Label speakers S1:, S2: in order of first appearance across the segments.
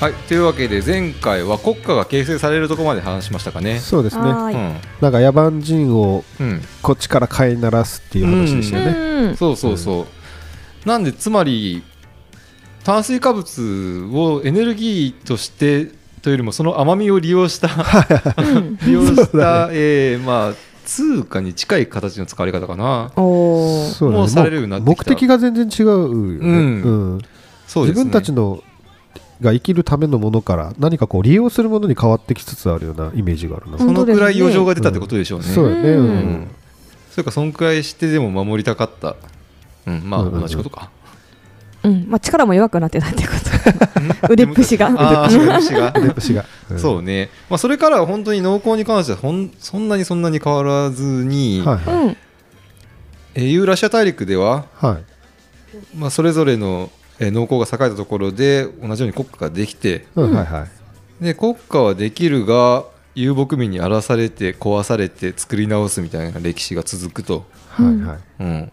S1: はい、というわけで前回は国家が形成されるところまで話しましたかね。
S2: そうですね
S3: は ーい
S2: なんか野蛮人を
S1: うん、うん
S2: こっちから飼いならすっていう話でしたよね、
S3: うん
S1: そうそうそう、なんでつまり炭水化物をエネルギーとしてというよりもその甘みを利用 した
S3: うん
S1: 利用し
S2: そう
S1: た、
S2: だ
S1: えーまあ通貨に近い形の使われ方かな
S3: おー
S2: そうだね
S1: もうされるようになってきた
S2: 目的が全然違うよね、
S1: うん
S2: ん
S1: そう
S2: 自
S1: ですね
S2: 分たちのが生きるためのものから何かこう利用するものに変わってきつつあるようなイメージがあるな、
S3: うん
S1: そのくらい余剰が出たってことでしょうね、
S2: そうだよね、
S3: う
S2: うんん
S1: うんそれかそんくらいしてでも守りたかったうんま
S2: うん
S1: あ
S2: うんうん
S1: 同じことか、
S3: うんまあ、力も弱くなってたってこと腕っぷしが
S1: あー 腕っぷし が
S2: レプシが、ん
S1: そうね、まあ、それからは本当に農耕に関してはほんそんなにそんなに変わらずに、
S2: はい
S3: うん
S2: はい、
S1: えーユーラシア大陸では、
S2: はい
S1: まあ、それぞれの、えー農耕が栄えたところで同じように国家ができて
S2: うんはいはい
S1: で国家はできるが遊牧民に荒らされて壊されて作り直すみたいな歴史が続くと、
S2: はいはい
S1: うん、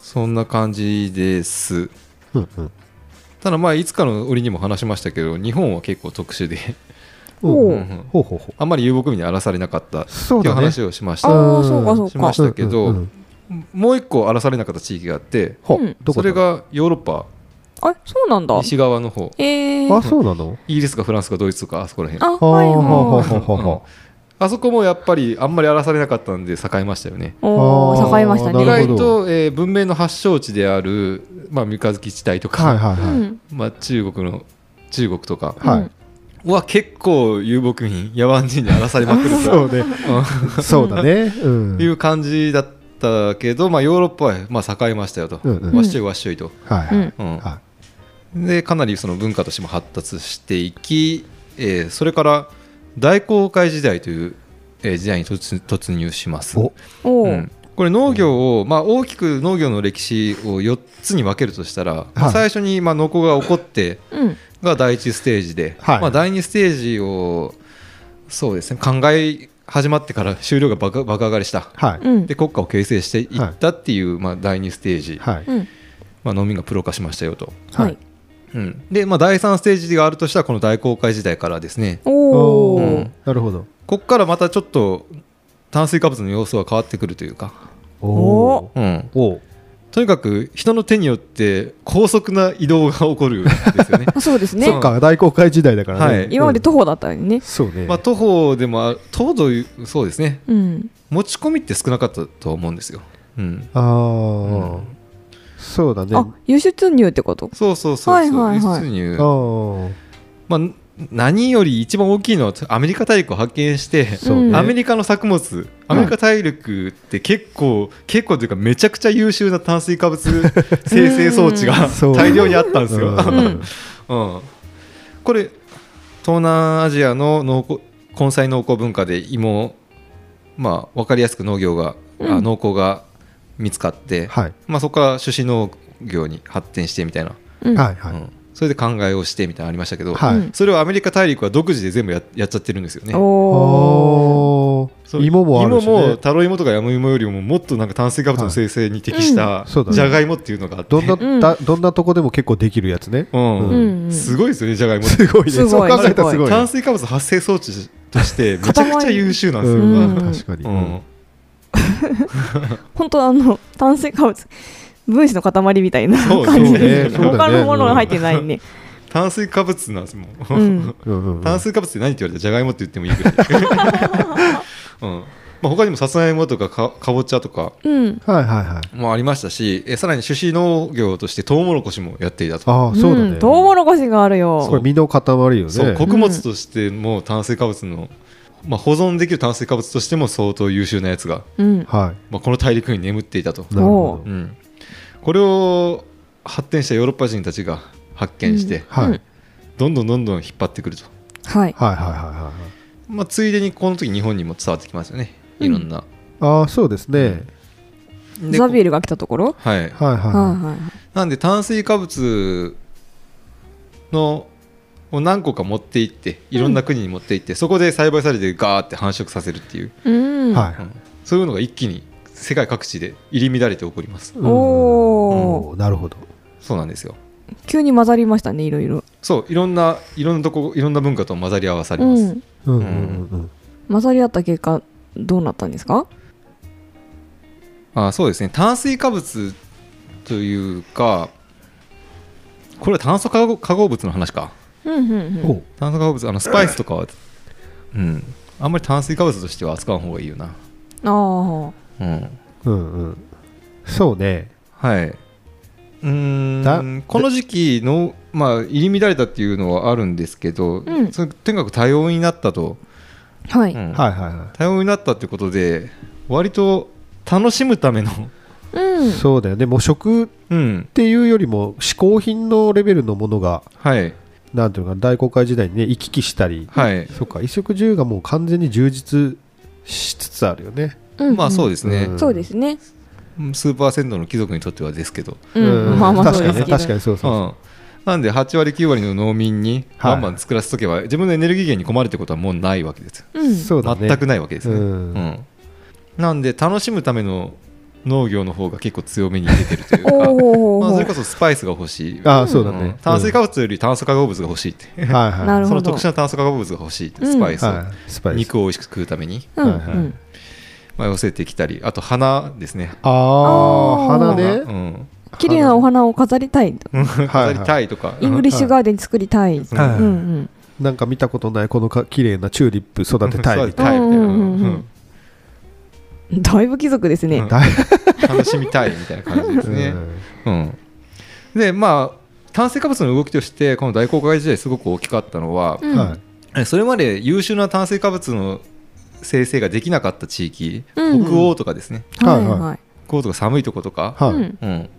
S1: そんな感じです
S2: うんうん
S1: ただまあいつかの折にも話しましたけど日本は結構特殊で
S3: おう
S2: うんうんほうほうほ
S1: あんまり遊牧民に荒らされなかったって
S2: そう
S1: いう
S2: だね
S1: 話をしまし
S3: あ
S1: た、
S3: あそうかそう
S1: しま
S3: か
S1: しだけど
S2: うんうんうん
S1: もう一個荒らされなかった地域があって
S2: ほ
S3: うん
S2: どこ
S1: そ
S2: だ
S1: れがヨーロッパ
S3: あそうなんだ
S1: 西側の方
S3: えー、
S2: あそうなの
S1: イギリスかフランスかドイツかあそこら辺
S3: あ
S2: ああ
S3: はい
S2: ほうほう
S3: は
S2: ほうほうほ
S1: あそこもやっぱりあんまり荒らされなかったんで栄えましたよね。
S3: いお
S2: あ
S3: ー
S2: ー
S3: 栄えました
S2: な
S1: 意
S3: ね
S2: るほど
S1: 外と、えー文明の発祥地である、まあ、三日月地帯と
S2: う
S1: か、
S2: はいはいうはい、
S3: ん
S1: まあ、中国の中国とか
S2: はい
S3: うん
S1: は結構遊牧民野蛮人に荒らされまくると
S2: そうねそうだねうん
S1: うんいう感じだったけど、まあ、ヨーロッパは、まあ、栄えましたよと、
S2: うんうん
S1: わっしょいわっしょいと。
S2: はいうは
S3: ん
S2: い
S1: うん
S2: は
S1: でかなりその文化としても発達していき、えーそれから大航海時代という、えー時代に突突入します。
S2: お
S3: お
S1: う
S3: ー
S1: んこれ農業を、まあ、大きく農業の歴史を4つに分けるとしたら、まあ
S2: はい
S1: 最初にまあ農耕が起こって
S3: うん
S1: が第1ステージで、
S2: はい
S1: まあ、第2ステージをそうですね考え始まってから終了が爆爆上がりした
S2: はい
S3: うん
S1: で国家を形成していったっていう、まあ、第2ステージ、
S2: はい
S3: うん
S1: まあ、農民がプロ化しましたよと、
S3: はい
S1: うん、で、まあ、第3ステージがあるとしたらこの大航海時代からですね
S3: お
S2: お
S3: お。
S1: ー
S2: ーなるほど
S1: ここからまたちょっと炭水化物の要素が変わってくるというか、
S2: お
S1: うん、
S2: ーおー
S1: とにかく人の手によって高速な移動が起こるんですよ ね
S3: そうです
S1: そ
S3: ね
S1: う
S2: か大航海時代だからね、
S1: はい
S3: 今まで徒歩だったのにね
S2: そうね、
S1: まあ、徒歩でもあ徒歩というそうですね
S3: うん
S1: 持ち込みって少なかったと思うんですよ。うん、
S2: あー、
S1: うん
S2: そうだね
S3: あ輸出入ってこと
S1: そうそうそうそう、
S3: はいはいはい
S1: 輸出入
S2: あー
S1: まあ、何より一番大きいのはアメリカ大陸を発見して、
S2: そう
S3: うん
S2: ね
S1: アメリカの作物アメリカ大陸って結構、結構というかめちゃくちゃ優秀な炭水化物 生成装置が
S2: そう
S1: 大量にあったんですよ。
S2: うん
S1: うん、これ東南アジアの農耕根菜農耕文化で芋まあ分かりやすく農業が、
S3: うん
S1: あ農耕が見つかって、
S2: はい
S1: まあ、そこから種子農業に発展してみたいな、
S3: うん
S2: はいは
S1: う
S2: い
S1: んそれで考えをしてみたいなのありましたけど、
S2: はい、
S3: うん
S1: それをアメリカ大陸は独自で全部ややっちゃってるんですよね。
S3: おお
S2: お
S1: そう
S2: ー芋もあるし、ね、
S1: 芋もタロイモとかヤムイモよりももっとなんか炭水化物の生成に適した
S2: うんそうだね
S1: じゃがいもっていうのがあって、
S2: どんな、
S3: うん
S2: だどんなとこでも結構できるやつね、
S1: うん
S3: うんうん
S1: すごいですよねじゃがいもって
S2: すごいね
S3: すごい
S2: そう考えたらすごいね
S1: 炭水化物発生装置としてめちゃくちゃ優秀なんですよ。
S2: う
S3: 塊
S2: ん
S3: うん
S2: 確かに、
S1: うん
S3: 本当あの炭水化物分子の塊みたいな
S1: そう
S3: 感じ
S1: そうね
S3: で
S1: そうだね
S3: 他のものが入ってないね
S1: 炭水化物なんですもん。
S3: うん
S2: うんうん うん
S1: 炭水化物って何って言われたらじゃがいもって言ってもいいぐ らい。うんまあ、他にもさつまいもとかかかぼちゃとか
S3: うん
S2: はいはいはい
S1: もありましたしえさらに種子農業としてトウモロコシもやっていたと。
S2: ああそうだね、
S3: んトウモロコシがある
S2: こ
S3: よ
S2: れ身の塊よね
S1: そう穀物としても炭水化物の、まあ、保存できる炭水化物としても相当優秀なやつが、
S3: うん
S2: は
S1: まあ、この大陸に眠っていたと。
S2: いなるほ
S3: お
S1: う
S2: ど
S1: ん、これを発展したヨーロッパ人たちが発見して、
S2: はい、
S3: うん
S1: どんどんどんどん引っ張ってくると、
S3: はい
S2: はいはいはいはい
S1: まあ、ついでにこの時日本にも伝わってきますよね
S3: うん
S1: いろんな、
S2: ああそうですね、
S1: で
S3: ザビエルが来たところ
S1: はい、
S2: はいはい
S3: はい
S2: は
S3: はいはい
S1: なんで炭水化物のを何個か持って行っていろんな国に持って行って、そこで栽培されてガーって繁殖させるっていう、
S3: うん
S2: いはい、
S1: うんそういうのが一気に世界各地で入り乱れて起こります
S2: うん
S3: おお
S2: なるほど
S1: そうなんですよ
S3: 急に混ざりましたねいろいろ、
S1: そういろんないろんなとこいろんな文化と混ざり合わされ
S3: う
S1: ます、
S3: ん、
S2: うんうんうん
S3: 混ざり合った結果どうなったんですか
S1: あそうですね炭水化物というかこれは炭素化合化合物の話か
S3: うんうん
S2: うん。お
S1: 炭素化合物あのスパイスとかはうんあんまり炭水化物としては扱う方がいいよな
S3: あ
S1: うん
S2: うんうん。そうね。
S1: はいう
S2: だ
S1: ーんこの時期の、まあ、入り乱れたっていうのはあるんですけど、
S3: うん
S1: それとにかく多様になったと、
S3: あはい、
S1: うん
S2: はいはいは
S1: 多様になったってことで割と楽しむための、
S3: うん
S2: い。そうだよね。もう食っ
S1: うん
S2: ていうよりも、嗜好品のレベルのものが、
S1: はい
S2: なんていうのかな、大航海時代にね、行き来したり、
S1: はい、
S2: そっか、衣食住がもう完全に充実しつつあるよね。
S3: うん
S1: まあそう
S3: で
S1: ですね、
S2: ん
S3: そうですね
S1: スーパー銭湯の貴族にとってはですけど、
S3: うん、まあまあそう
S2: 確かに
S3: です
S2: ね、
S3: けど
S2: 確かにそう
S1: う
S2: そ
S1: ん、なんで8割9割の農民に
S2: はい
S1: バンバン作らせとけば、自分のエネルギー源に困るってことはもうないわけですよ
S2: う。
S3: う、
S2: そうだね。
S1: 全くないわけですね、
S2: う
S1: うんんなんで楽しむための農業の方が結構強めに出てるというん
S3: お
S1: か、
S3: お
S1: まあ、
S3: お
S1: それこそスパイスが欲しい
S2: ああ、そうだ
S1: うん
S2: ね。
S1: 炭水化物より炭素化合物が欲しいって、
S2: うんはいはい。
S3: なるほど
S1: その特殊な炭素化合物が欲しいってスパイスを、
S2: はい、スパイス。
S1: 肉を美味しく食うために、
S3: うんう
S2: はいはい
S3: ん
S1: まあ、寄せてきたりあと花ですね
S2: ああ、
S3: あー
S2: 花
S1: 花
S2: ね。
S1: うん
S3: 綺麗なお花を飾りたい
S1: 飾りたいとか、
S3: イングリッシュガーデン作りたい、
S2: はい
S3: うんうん
S2: なんか見たことないこのか綺麗なチューリップ育てたいみたい
S1: たいみたいな、
S3: うんうんうん
S1: うん
S3: だいぶ貴族ですね、
S1: うん
S2: だい
S1: 楽しみたいみたいな感じです
S2: な。
S1: ね
S2: う。
S1: う
S2: ん
S1: んでまあ炭水化物の動きとしてこの大航海時代すごく大きかったのは、
S3: うん
S2: はい
S1: えそれまで優秀な炭水化物の生成ができなかった地域、
S3: うん
S1: 北欧とかですね
S3: はい
S2: はい
S3: はい
S1: 北欧とか寒いとことか、
S2: はい
S3: うん
S1: うん、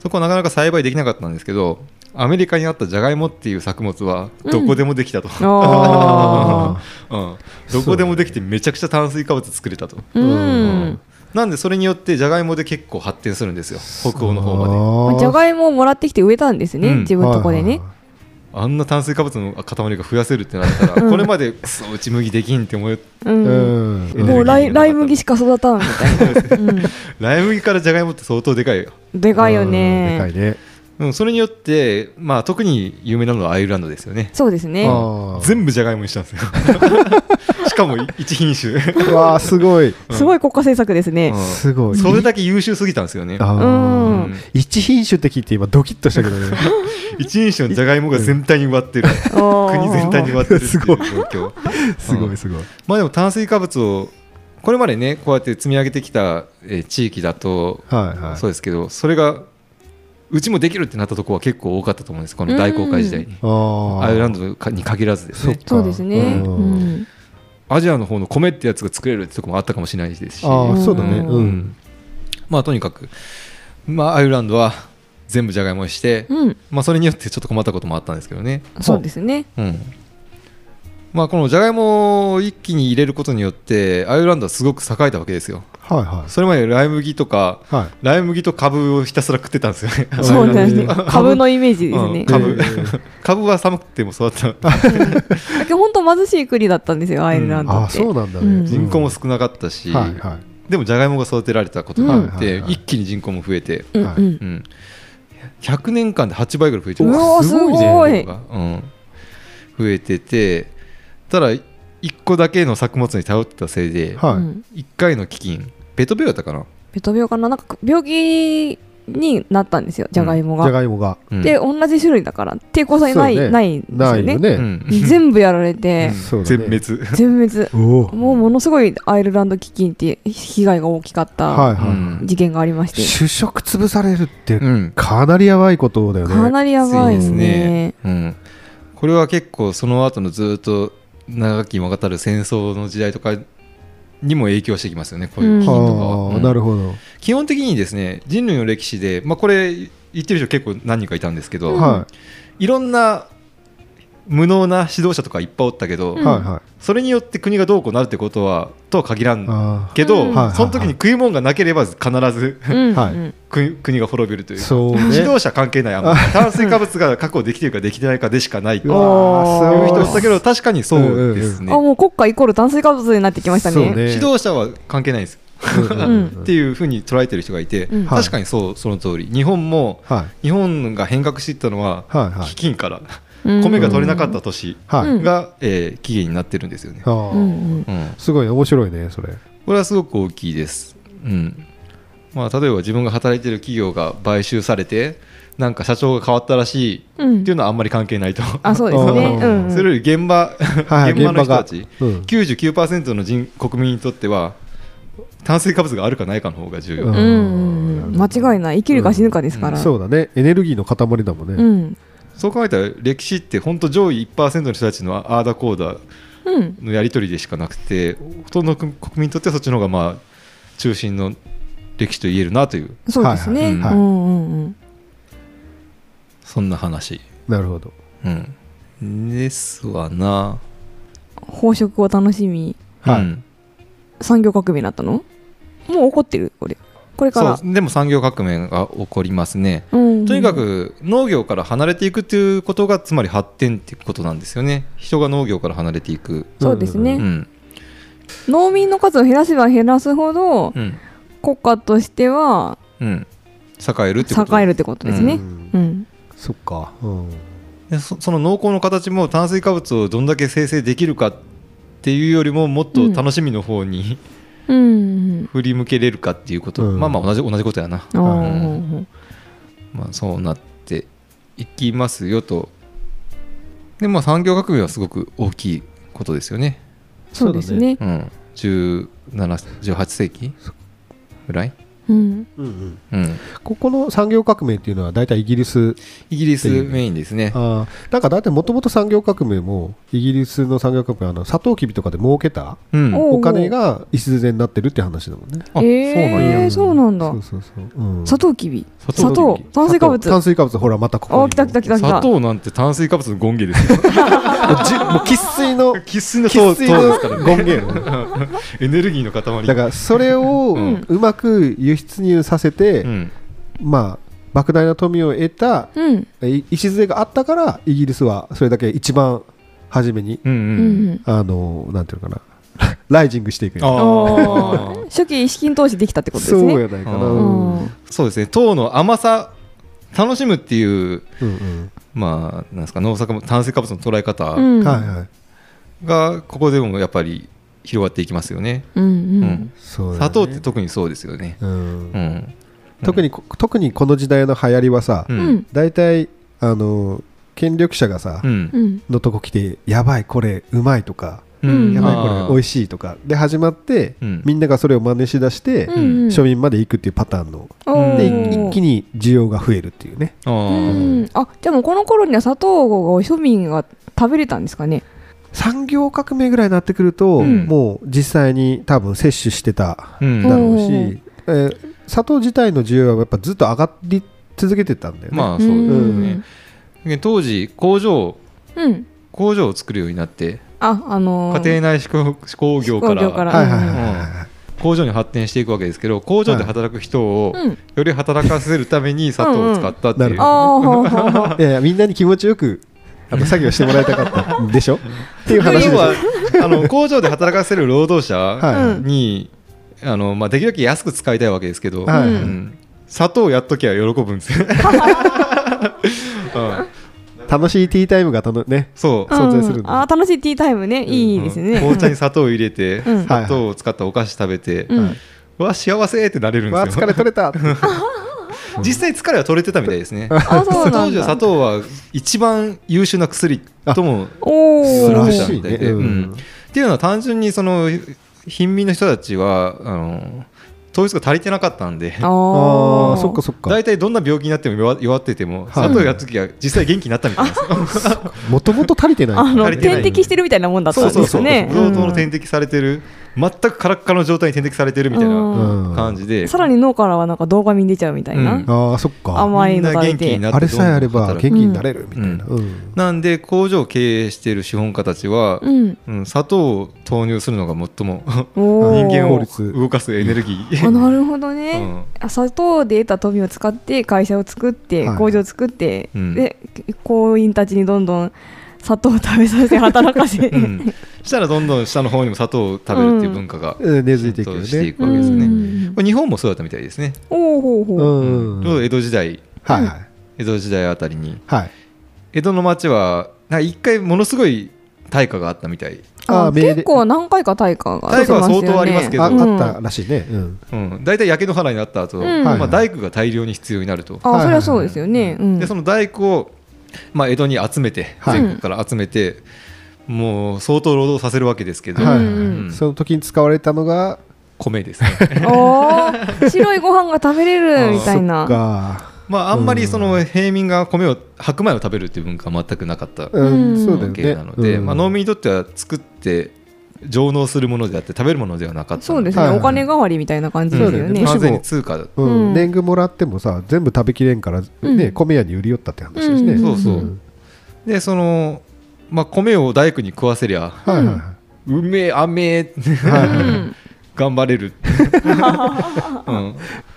S1: そこはなかなか栽培できなかったんですけどアメリカにあったジャガイモっていう作物はどこでもできたと、うん
S3: あ
S2: あ
S1: どこでもできてめちゃくちゃ炭水化物作れたと、
S3: ーう
S1: うんんなんでそれによってジャガイモで結構発展するんですよ北欧の方まで
S2: ま
S3: じゃがいもをもらってきて植えたんですね、
S1: うん
S3: 自分のとこでね、
S1: あんな炭水化物の塊が増やせるってなったら、
S3: うん
S1: これまでくそうち麦できんって思う
S3: うん
S2: う
S1: うん
S2: ん。
S3: もうライライ麦しか育たんみたいな、
S1: ライ麦からじゃがいもって相当でかいよ、
S3: うん、でかいよ
S2: でか
S3: ね
S2: いね。
S1: うん、それによって、まあ、特に有名なのはアイルランドですよね
S3: そうですね
S2: あー
S1: 全部じゃがいもにしたん ですよしかも一品種、
S2: うわあすご
S1: う
S2: い。
S1: ん
S3: すごい国家政策ですね、
S2: すごい。
S1: それだけ優秀すぎたんですよね
S2: あ
S3: う
S2: ー
S3: ん
S2: 一品種って聞いて今ドキッとしたけど ね。
S1: 一品種のじゃがいもが全体に割ってる
S3: おー
S1: 国全体に割ってるっていう状況
S2: すごいすごい。
S1: まあでも炭水化物をこれまでねこうやって積み上げてきたえー地域だと
S2: はいはい。
S1: そうですけどそれがうちもできるってなったところは結構多かったと思うんですこの大航海時代に
S2: ああ。
S1: アイルランドかに限らずですね
S2: そ
S3: そうですね、
S1: う
S3: うん
S1: アジアの方の米ってやつが作れるってとこもあったかもしれないですし
S2: あ
S3: ー
S2: あそうだね。
S3: うん
S2: うん。
S1: まあとにかく、まあ、アイルランドは全部じゃがいもにして、
S3: うん、
S1: まあ、それによってちょっと困ったこともあったんですけどね、
S3: そうですね
S1: うんまあ、このじゃがいもを一気に入れることによってアイルランドはすごく栄えたわけですよ
S2: はいは
S1: それまでライ麦とか
S2: いはい。
S1: ライ麦とカブをひたすら食ってたんですよね
S3: そうです
S2: う
S3: ね
S2: ん
S3: 株のイメージです
S1: う
S3: ね
S1: ん、株
S2: えー
S1: 株は寒くても育った
S3: だけど本当貧しい国だったんですよアイルラン ド
S2: ああ
S3: って、
S2: そうなんだ
S3: うん
S2: ね。
S1: 人口も少なかったし、
S2: はいはい。
S1: でもじゃがいもが育てられたことによって、
S2: うん
S1: 一気に人口も増えて、
S3: うん
S2: はい
S3: うん
S1: うん、100年間で8倍ぐらい増えて
S3: うわすごいね
S1: 人口がうん、増えててただ1個だけの作物に頼ってたせいで、
S3: う
S2: は
S3: ん
S1: 一1回の飢饉ペト病だったかな、
S3: ベト病かななんか病気になったんですよじゃがい
S2: い。
S3: も
S2: じゃ
S3: が、
S2: がいもが。
S1: うん
S3: で同じ種類だから抵抗性ない、
S2: そうね
S3: ないんです
S2: な
S3: よ
S2: い
S3: ね
S2: よ
S1: う
S2: ね。
S1: ん
S3: 全部やられて、
S2: そうだ
S1: 全
S2: ね
S1: 滅
S3: 全滅
S2: おお。
S3: もうものすごいアイルランド基金って被害が大きかっ
S2: はい
S3: た
S2: はい。
S1: うん
S3: 事件がありまして、
S2: 主食潰されるって
S1: うん
S2: かなりやばいことだよね。
S3: かなりやばい
S1: つ
S3: ね
S1: いねうん、これは結構その後のずっと長きにわたる戦争の時代とかにも影響してきますよねこういう飢饉とかは、
S2: はあ、
S1: うん
S2: なるほど。
S1: 基本的にですね人類の歴史で、まあ、これ言ってる人結構何人かいたんですけど、
S2: はい
S1: ろんな無能な指導者とかいっぱいおったけど、
S2: い、
S3: うん
S2: はい、はい。
S1: それによって国がどうこうなるってことはとは限らん
S2: あ
S1: けど、
S3: うん
S2: はい
S1: その時に食い物がなければ必ず
S3: うん
S2: はい
S3: うん
S1: 国国が滅びるとい
S2: あ、
S1: う
S2: そうね。
S1: 指導者関係ないあんまり炭水化物が確保できてるかできてないかでしかないっていうう
S3: わ
S2: わ
S3: ー
S2: ー
S1: 人
S2: そう
S1: だったけど確かにそうですね、
S2: うんうんうん
S3: あもう国家イコール炭水化物になってきましたね
S2: そうね
S1: 指導者は関係ないんです
S3: うん
S1: っていうふうに捉えてる人がいて、
S3: うん
S1: 確かにそうその通り日本も
S2: はい
S1: 日本が変革していったのは
S2: はいはい
S1: 飢饉から、
S3: うん
S1: 米が取れなかった年
S2: はい、
S3: うん
S1: が、えー、起源になってるんですよね、
S2: あー
S3: うんうん
S1: うん、
S2: すごいね面白いねそれ
S1: これはすごく大きいです、うんまあ、例えば自分が働いてる企業が買収されてなんか社長が変わったらしい
S3: うん
S1: っていうのはあんまり関係ないと、
S3: あそうですね
S2: うん
S3: うんうん
S1: それより現場
S2: はい
S1: 現場の人たち
S2: 現場がうん
S1: 99%の人国民にとっては炭水化物があるかないかの方が重要、
S2: うん
S3: うんうん間違いない生きるか死ぬかですから
S2: そうだねエネルギーの塊だもんね、
S3: うん
S1: そう考えたら歴史って本当上位1%の人たちのアーダコーダ
S3: うん
S1: のやり取りでしかなくてほとんどの国民にとってはそっちの方がまあ中心の歴史と言えるなという
S3: そうですね
S1: はいはい
S3: うんうんうん
S1: そんな話、
S2: なるほど
S1: うん、ですわな、
S3: 飽食を楽しみ
S2: はい
S1: うん
S3: 産業革命だったのもう怒ってるこれこれから
S1: そうでも産業革命が起こりますね
S3: と
S1: とに
S3: に
S1: かく農業から離れていくということがつまり発展ってことなんですよね人が農業から離れていく、
S3: そうです
S1: う
S3: ね
S1: ん
S3: 農民の数を減らせば減らすほど
S1: うん
S3: 国家としては
S1: うん、栄えるってこと
S3: 栄えるってことです
S2: う
S3: ね
S2: ん
S3: うん
S2: そっか、うん、
S1: でそその濃厚の形も炭水化物をどんだけ生成できるかっていうよりももっと楽しみの方に、
S3: うん
S1: 振り向けれるかっていうこと、
S2: うん
S1: まあまあ同じ同じことやな、
S3: うん
S2: う
S3: うん
S1: まあ、そうなっていきますよとでまあ産業革命はすごく大きいことですよね、
S3: そうですね
S1: うん、17 18世紀ぐらい、
S3: うん
S2: うんうん、
S1: うん、
S2: ここの産業革命っていうのは大体イギリス
S1: イギリスメインですね
S2: あーなんか大体もともと産業革命もイギリスの産業革命はあのサトウキビとかで儲けた
S1: うん
S3: おう
S2: お金が礎になってるって話だもんね。
S1: あそうなんや
S3: えーそうなんだ
S2: そうそうそう。うん
S3: 砂糖きび
S1: 砂
S3: 砂
S1: 糖
S3: 糖
S1: きび
S3: 炭水化物
S2: 炭水化物ほらまたここにも。
S3: あ来た来た来た
S1: 砂糖なんて炭水化物の権限ですよ
S2: もうじもう生 粋の
S1: 生粋の糖糖で
S2: 生粋の
S1: すからね
S2: 権限。
S1: エネルギーの塊
S2: だからそれを
S1: うん
S2: うまく輸出入させて、
S1: うん、
S2: まあ莫大な富を得た
S3: うん
S2: い礎があったからイギリスはそれだけ一番初めに
S1: うん
S3: う
S1: うんん
S3: うん
S2: あのなんていうのかな ライジングしていくよ
S1: あ
S3: あ
S1: ー
S3: ー初期資金投資できたってことです
S2: そ
S3: ね
S2: うやないかな。
S1: う
S2: うんうん
S1: そうですね糖の甘さ楽しむっていう
S2: うん
S1: まあ、なんですか農作物炭水化物の捉え方
S3: うん
S2: はいはい。
S1: がここでもやっぱり広がっていきますよね。
S3: うん
S1: う
S3: うんん
S2: そうだね
S1: 砂糖って特にそうですよね。
S2: うん
S1: うん、
S2: 特にこ特にこの時代の流行りはさ、
S1: うん
S3: うん
S2: 大体あの権力者がさ、
S1: うん
S3: う、ん
S2: のとこ来てやばいこれうまいとか、
S3: うん
S2: やばいこれ美味
S1: しい。
S2: しいとかで始まって、
S1: うん
S2: みんながそれを真似しだして、
S3: うん
S2: 庶民まで行くっていうパターンの、
S1: うん
S2: で
S1: お
S2: 一気に需要が増えるっていうね
S1: あー
S3: うんあでもこの頃には砂糖を庶民が食べれたんですかね
S2: 産業革命ぐらいになってくると、
S1: うん
S2: もう実際に多分摂取してた
S1: うん
S2: だろうし、
S3: うん
S2: えー砂糖自体の需要はやっぱずっと上がり続けてたんだよね、
S1: まあそうですね
S3: ん。
S1: で当時工場
S3: うん
S1: 工場を作るようになって
S3: ああの
S1: 家
S3: ー
S1: 庭内思考思考業か
S3: 思考業からら
S2: はいはいはいはいはい、
S1: 工場に発展していくわけですけど工場で働く人を
S3: うん
S1: より働かせるために砂糖を使ったって
S2: うん
S1: い
S2: うん
S1: う。
S3: ああはははい
S2: やいやみんなに気持ちよくあの作業してもらいたかったんでしょっていう
S1: 要
S2: 話ですよ
S1: はあの工場で働かせる労働者に、あのまあ、できるだけ安く使いたいわけですけど、
S2: はい
S1: うん砂糖やっときゃ喜ぶんで すよ、うん
S2: 楽しいティータイムがたのね
S1: そう、
S2: 存在するんだ
S3: あー楽しいティータイムねいいです
S1: うん
S3: ね
S1: 紅茶に砂糖を入れて、
S3: うん
S1: 砂糖を使ったお菓子食べて、
S3: うん
S1: うわ幸せってなれるん
S2: わあ
S1: です
S2: 疲
S1: よ
S2: れ取れたって
S1: 実際疲れは取れてたみたいですね
S3: あそうな
S1: 当
S3: ん
S1: 時は
S3: だ
S1: 砂糖は一番優秀な薬とも
S3: お
S1: 素晴
S2: 素晴
S1: ら
S2: ら
S1: し
S2: し
S1: い
S2: い
S1: み
S2: ね
S1: たいで、
S2: うん
S1: うんっていうのは単純にその貧民の人たちはあの糖質が足りてなかったんで
S3: あ
S2: あ
S3: ー
S2: あそっかそっか
S1: 大体どんな病気になっても弱弱ってても砂糖やった時は実際元気になったみたいなんですよ
S2: もともと足りてない
S3: あの
S1: 足りてない
S3: 点滴してるみたいなもんだったんですね
S1: ブドウ糖の点
S3: 滴
S1: 滴されてる全くカラッカラの状態に点滴されてるみたいな感じで
S3: さらに脳からはなんかドーパミン出ちゃうみたい
S1: う
S3: な、
S1: ん
S2: ああそっ
S3: あ
S2: か
S3: 甘いの食べて
S1: みんな元気になって
S2: あれさえあれば
S1: どんどん働
S2: 元
S1: く
S2: 気になれるみたいな
S1: う
S2: うん
S1: なんで工場を経営している資本家たちは、
S3: うん
S1: うん砂糖を投入するのが最も
S3: おー
S1: 人間
S2: 効
S1: を
S2: 率
S1: 動かすエネルギ
S3: あ
S1: ー
S3: なるほどね、
S1: うん
S3: あ砂糖で得た富を使って会社を作って、
S2: はい
S3: 工場を作って、
S1: うん
S3: で工員たちにどんどん砂糖を食べさせ働かせ、
S1: うん、したらどんどん下の方にも砂糖を食べるっていう文化が
S2: うん根付
S1: 浸
S2: いていくよ
S1: 透してい
S2: ね。
S1: くわけです
S3: う
S1: ね。
S3: ん
S1: これ日本もそうだったみたいですね。
S3: おおほうほう、
S2: う
S1: うん
S2: ん
S1: ちょうど江戸時代
S2: はいはい
S1: 江戸時代あたりに
S2: はい。
S1: 江戸の町はなんか一回ものすごい大火があったみたい、
S3: あ
S2: あ命令
S3: 結構何回か大火が
S1: 大火は相当ありますけど
S2: あ
S1: うん
S2: あったらしいね。うん
S1: うん、大体焼け野原になった後、
S3: うん
S1: まあ大工が大量に必要になると、
S3: あ、
S2: はい
S3: それはそうですよね、うん、
S1: でその大工を、まあ、江戸に集めて
S2: はい
S1: 全国から集めて、もう相当労働させるわけですけど、
S2: はい
S3: うんうん
S1: うん
S2: その時に使われたのが、
S1: 米ですね
S3: おー白いご飯が食べれるみたい
S2: そ
S3: な
S2: っか。
S1: まああんまりその平民が米を白米を食べるっていう文化は全くなかったわ
S2: うん、
S3: うん
S2: そうだよ
S1: け
S2: ね。
S1: なので、
S2: うん
S1: まあ、農民にとっては作って上納するものであって食べるものではなかった
S3: そう
S1: の
S3: です
S1: で
S3: ね、
S2: はいはい
S3: お金代わりみたいな感じですよ
S2: そうだよ
S3: ね
S2: ね
S1: 完全に通貨だ
S2: う
S3: うん
S2: ん、年貢もらってもさ全部食べきれんから、ね
S3: うん
S2: 米屋に売り寄ったって話ですね、
S3: うん
S1: そうそううんでその、まあ、米を大工に食わせりゃ
S2: はいはいは
S1: うめえあめえ
S2: いはいはい
S1: 頑張 れる、うん、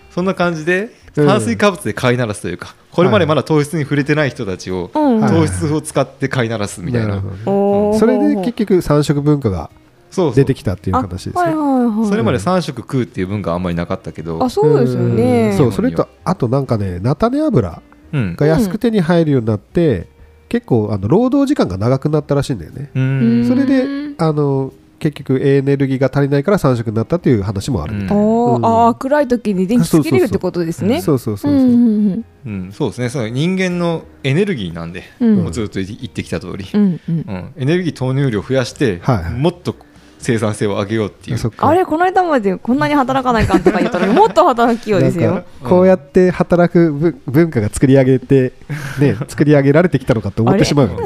S1: そんな感じで
S2: うん
S1: 炭水化物で飼いならすというかこれまでまだ糖質に触れてない人たちを
S3: うん、
S2: はい
S1: 糖質を使って飼いならすみたい
S2: な
S1: な,、
S2: るほどね
S3: おー
S2: それで結局三食文化が
S1: そうそ
S2: 出
S1: う
S2: てきたっていう話ですね、
S3: あはいはいはい
S1: それまで3食食うっていう文化はあんまりなかったけど
S3: あ、そうですよね
S2: ん
S1: そ
S2: そううそれとあとなんかね菜種油
S1: うん
S2: が安く手に入るようになって、結構あの労働時間が長くなったらしいんだよね、
S1: う
S3: うんん
S2: それで
S3: うん
S2: あの結局エネルギーが足りないから三食になったっていう話もあるみたい、
S3: おー
S2: うん
S3: あー暗い時に電気つけれるってことですね
S2: そうそうそう
S3: う
S2: そう、
S3: んうん
S1: うんそうですねその人間のエネルギーなんで、
S3: うん
S1: もうずっと言ってきた通り、
S3: うんうん
S1: うんエネルギー投入量増やして、
S2: はいはい
S1: もっと生産性を上げようっていう
S2: そっか
S3: あれこの間までこんなに働かないかんとか言ったのにもっと働きようです
S2: なん
S3: よ
S2: かこうやって働く文文化が作り上げて、 ね、作り上げられてきたのかと思ってしまうよね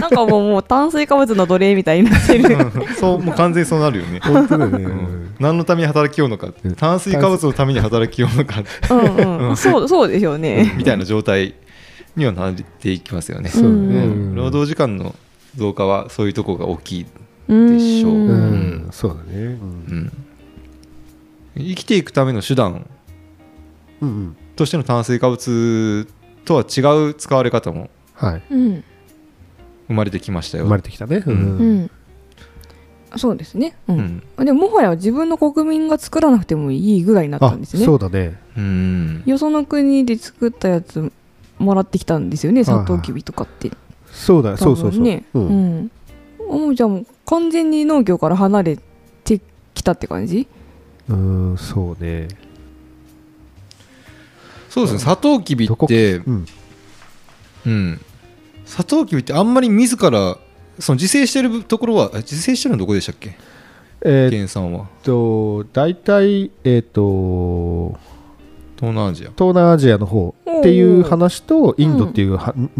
S3: なんかもうもう炭水化物の奴隷みたいに なってる
S1: うんそうもう完全にそうなるよね
S2: 本当だよね、
S1: うん何のために働きようのか
S2: うん
S1: 炭水化物のために働きようのか
S3: うんうんそうそうでしょうね
S1: みたいな状態にはなっていきますよね、
S2: そうだね、
S1: うん労働時間の増加はそういうとこが大きい、
S3: で
S1: しょう
S2: うんんそうだねうん
S1: うん生きていくための手段
S2: うんうん
S1: としての炭水化物とは違う使われ方も
S2: はい
S3: うん
S1: 生まれてきました
S2: 生
S1: よ、
S2: まれてきたね、うん
S3: うんそうですねう
S1: うんん
S3: でももはや自分の国民が作らなくてもいいぐらいになった
S2: あ
S3: んですね
S2: そうだね
S1: うん
S3: よその国で作ったやつもらってきたんですよね
S2: はいはい
S3: サトウキビとかって
S2: そうだそ
S3: 多
S2: うそうそ
S3: 分
S2: う、
S3: ね
S2: う
S3: うんんもうじゃあもう完全に農業から離れてきたって感じ
S2: うんそうね
S1: そうですねサトウキビ
S2: ど
S1: っ
S2: こ
S1: て、
S2: うん
S1: うん、サトウキビってあんまり自らその自生してるところはあ自生してるのどこでしたっけ
S2: えーっ
S1: 原産は
S2: と大体えーっと
S1: 東南アジア
S2: 東南アジアの方っていう話とインドっていうは、ん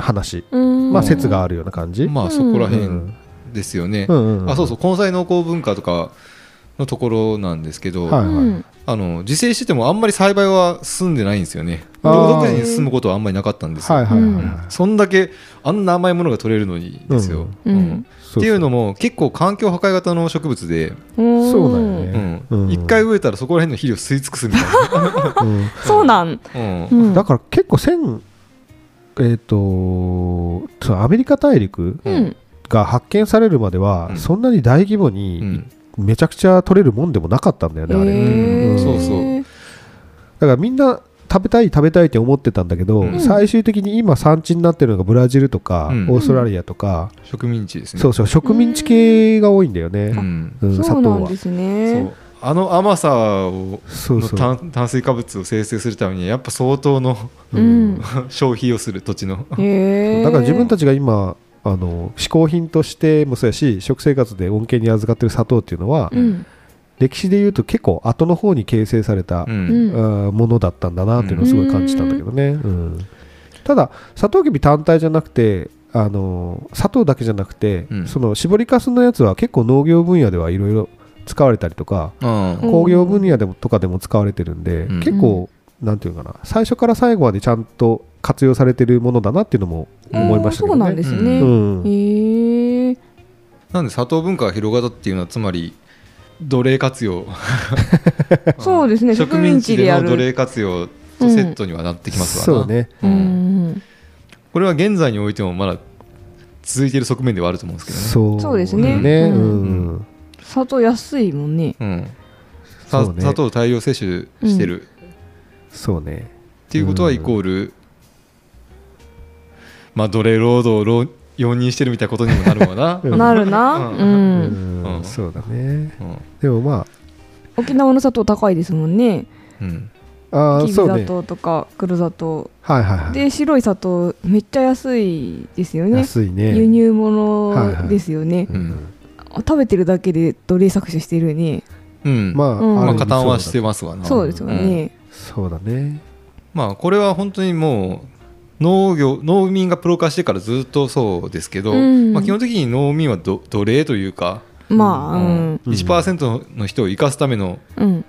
S2: 話ま
S3: ま
S2: あ説があるような感じ、
S1: ま
S3: う
S1: あ
S3: ん
S1: そこら
S2: う
S1: 辺
S2: ん
S1: ですよね、
S2: うんうんうん
S1: あそうそう根菜農耕文化とかのところなんですけど、
S2: はい
S3: うん
S1: あの自生しててもあんまり栽培は進んでないんですよね
S2: あー
S1: 独自に進むことはあんまりなかったんですよ、
S2: はいはいはいはい、
S1: うんそんだけあんな甘いものが取れるのにですよ、
S3: うんうん
S1: っていうのも結構環境破壊型の植物で、
S2: そうだよね
S1: うん
S2: うん
S1: 一回植えたらそこら辺の肥料吸い尽くすみたい
S2: うん
S3: そうなん
S1: な、 うん
S3: うん
S2: だから結構1000えっ、とそうアメリカ大陸
S3: うん
S2: が発見されるまでは、
S1: うん
S2: そんなに大規模
S1: う
S2: に
S1: ん
S2: めちゃくちゃ取れるもんでもなかったんだよね、あれ
S1: へ
S3: へー
S1: そうそう
S2: だからみんな食べたい食べたいって思ってたんだけど、
S1: うん
S2: 最終的に今産地になってるのがブラジルとか、
S1: うん
S2: オーストラリアとか、
S1: 植民地ですね
S2: そうそう植民地系が多いんだよね
S1: う、ん
S2: うん砂
S3: そう
S2: 糖
S3: なん
S2: は
S3: です
S1: そう
S3: ね
S1: あの甘さを
S2: そうそう
S1: の炭炭水化物を生成するためにはやっぱ相当の
S3: うん
S1: 消費をする土地の
S3: へー
S2: だから自分たちが今あの嗜好品としてもそうやし食生活で恩恵に預かってる砂糖っていうのは、
S3: うん
S2: 歴史でいうと結構後の方に形成された、
S1: うん
S3: うん
S2: あーものだったんだなっていうのをすごい感じたんだけどね、うんただサトウキビ単体じゃなくてあのー砂糖だけじゃなくて、
S1: うん
S2: その絞りかすのやつは結構農業分野ではいろいろ使われたりとか
S1: うん
S3: うん
S2: 工業分野でもとかでも使われてるんで、
S1: うん
S2: 結構なんていうのかな最初から最後までちゃんと活用されてるものだなっていうのも思いましたけど
S3: あーそうなんで
S2: ね。
S3: すね
S2: うん
S3: へえ
S1: なんで砂糖文化が広がったっていうのはつまり奴隷活 用
S3: そうですね
S1: 植民地で
S3: や
S1: の奴
S3: る
S1: 隷活用とセットにはなってきますわな、
S2: そうね
S3: うん
S1: これは現在においてもまだ続いてる側面ではあると思うんですけどね
S2: そう
S3: そうですね
S2: ね、う
S3: うん砂糖安いもんね
S1: うん、さ
S2: そうね
S1: 砂糖大量摂取してる、っ
S2: そうね
S1: ていうことは
S2: うん、
S1: イコール、まあ奴隷労働を浪容認してるみたいなことにもなるわな
S2: うん
S3: なるな
S1: うん
S3: う、
S2: うんん、
S1: うん
S2: そうだね
S1: うん
S2: でもま
S3: 沖縄の砂糖高いですもんね
S1: うん、
S2: ああー
S3: きび
S2: そう
S3: 砂
S2: ね
S3: 糖とか黒砂糖
S2: はいはいはい
S3: で白い砂糖めっちゃ安いですよね
S2: 安いね
S3: 輸入物ですよね、
S2: うん
S1: うん
S3: 食べてるだけで奴隷搾取してるね
S1: うん、ま
S2: ま
S1: あ、
S2: あ、
S3: うん
S2: ある
S3: ま
S2: 意
S1: まあ、
S2: 味
S1: 加担はしてますわな
S3: そうですよね、
S2: そうだね
S1: まあこれは本当にもう農業農民がプロ化してからずっとそうですけど、
S3: うん
S1: まあ、基本的に農民はど奴隷というか、
S3: まあう
S1: うん
S3: ん、
S1: 1%の人を生かすための
S3: うん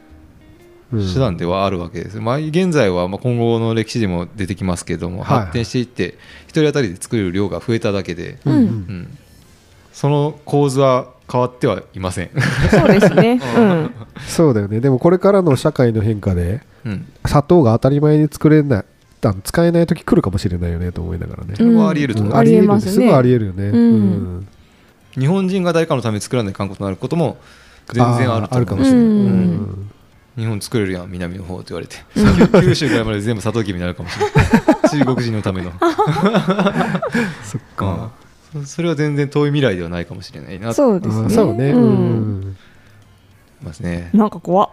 S2: そうだね、うん
S1: 手段ではあるわけです、まあ、現在はまあ今後の歴史でも出てきますけども、
S2: はい
S1: 発展していって1人当たりで作れる量が増えただけで、
S3: うん
S1: うんその構図は変わってはいません、
S3: そうです ね
S1: う
S3: うん
S2: そうだよねでもこれからの社会の変化で
S1: うん、
S2: 砂糖が当たり前に作れないあ使えない時来るかもしれないよねと思いながらね、
S1: それはありえると思う
S2: ありえ
S3: ありえ
S2: る
S3: ますすね
S2: すごいありえるよね、
S3: うん
S1: 日本人が誰かのために作らないかんことになることも全然あると思う
S2: あーあるかもしれない、
S3: うん
S2: うん
S1: 日本作れるやん南の方って言われて、九州ぐらいまで全部砂糖キビになるかもしれ ない中国人のための、
S2: そっか、
S1: うん、そそれは全然遠い未来ではないかもしれないなと
S3: そうです
S2: あー
S3: ね、
S2: そうね、うんん
S1: 思いますね
S3: なんか怖っ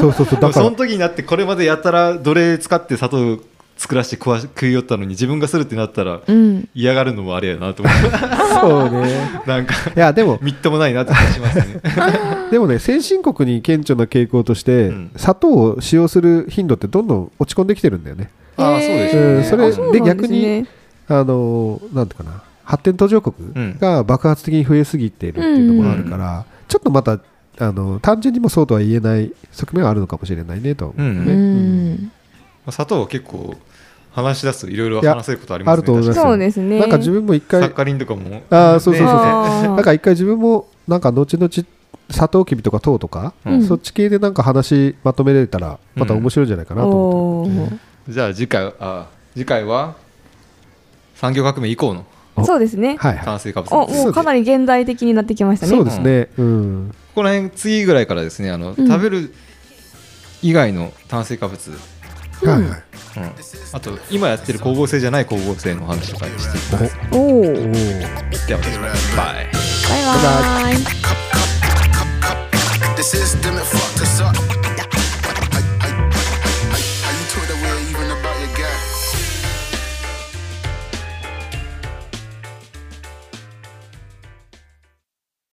S2: そうそ うそうだか
S1: そ
S2: ら
S1: の時になってこれまでやたら奴隷使って砂糖作らして食わ食い寄ったのに自分がするってなったら
S3: うん
S1: 嫌がるのもあれやなと思って
S2: そうね
S1: なんか
S2: いやでも
S1: みっともないなって気がしますね
S2: でもね先進国に顕著な傾向として、
S1: うん
S2: 砂糖を使用する頻度ってどんどん落ち込んできてるんだよね
S1: ああそう
S3: へ
S1: で
S3: ー
S1: すね、
S2: うんそれ
S3: あうなん
S2: です逆
S3: ね
S2: にあのーなんていうかな発展途上
S1: うん
S2: 国が爆発的に増えすぎているっていうのもあるから、ちょっとまたあの単純にもそうとは言えない側面はあるのかもしれないねと、
S1: うん
S3: う
S1: ま
S3: ん
S1: あ砂糖は結構話し出すといろいろ話せることありますね
S2: いやあると思います
S1: 確か
S3: そうですね
S2: なんか自分も一
S1: にサ
S2: 回
S1: ッカリンとかも
S2: あーそうそうそうそう
S3: あー
S2: なんか一回自分もなんか後々サトウキビとか糖とか、
S3: うん
S2: そっち系でなんか話まとめれたらまた面白いんじゃないかなと思って、
S3: おー
S1: じゃあ次回はあ次回は産業革命以降の
S2: お
S3: そうですね
S2: はいはい
S1: 炭水化物
S3: お
S1: です
S3: もうかなり現代的になってきましたね
S2: そうですね、うん、
S1: この辺次ぐらいからですねあの、
S3: うん
S1: 食べる以外の炭水化物、うん、
S2: はいはい
S1: あと今やってる光合成じゃない光合成の話とかにしてい
S2: おお
S3: おお
S2: ー
S3: ー
S1: って私もバイ
S3: バイバーイ
S4: The system it fucked us up.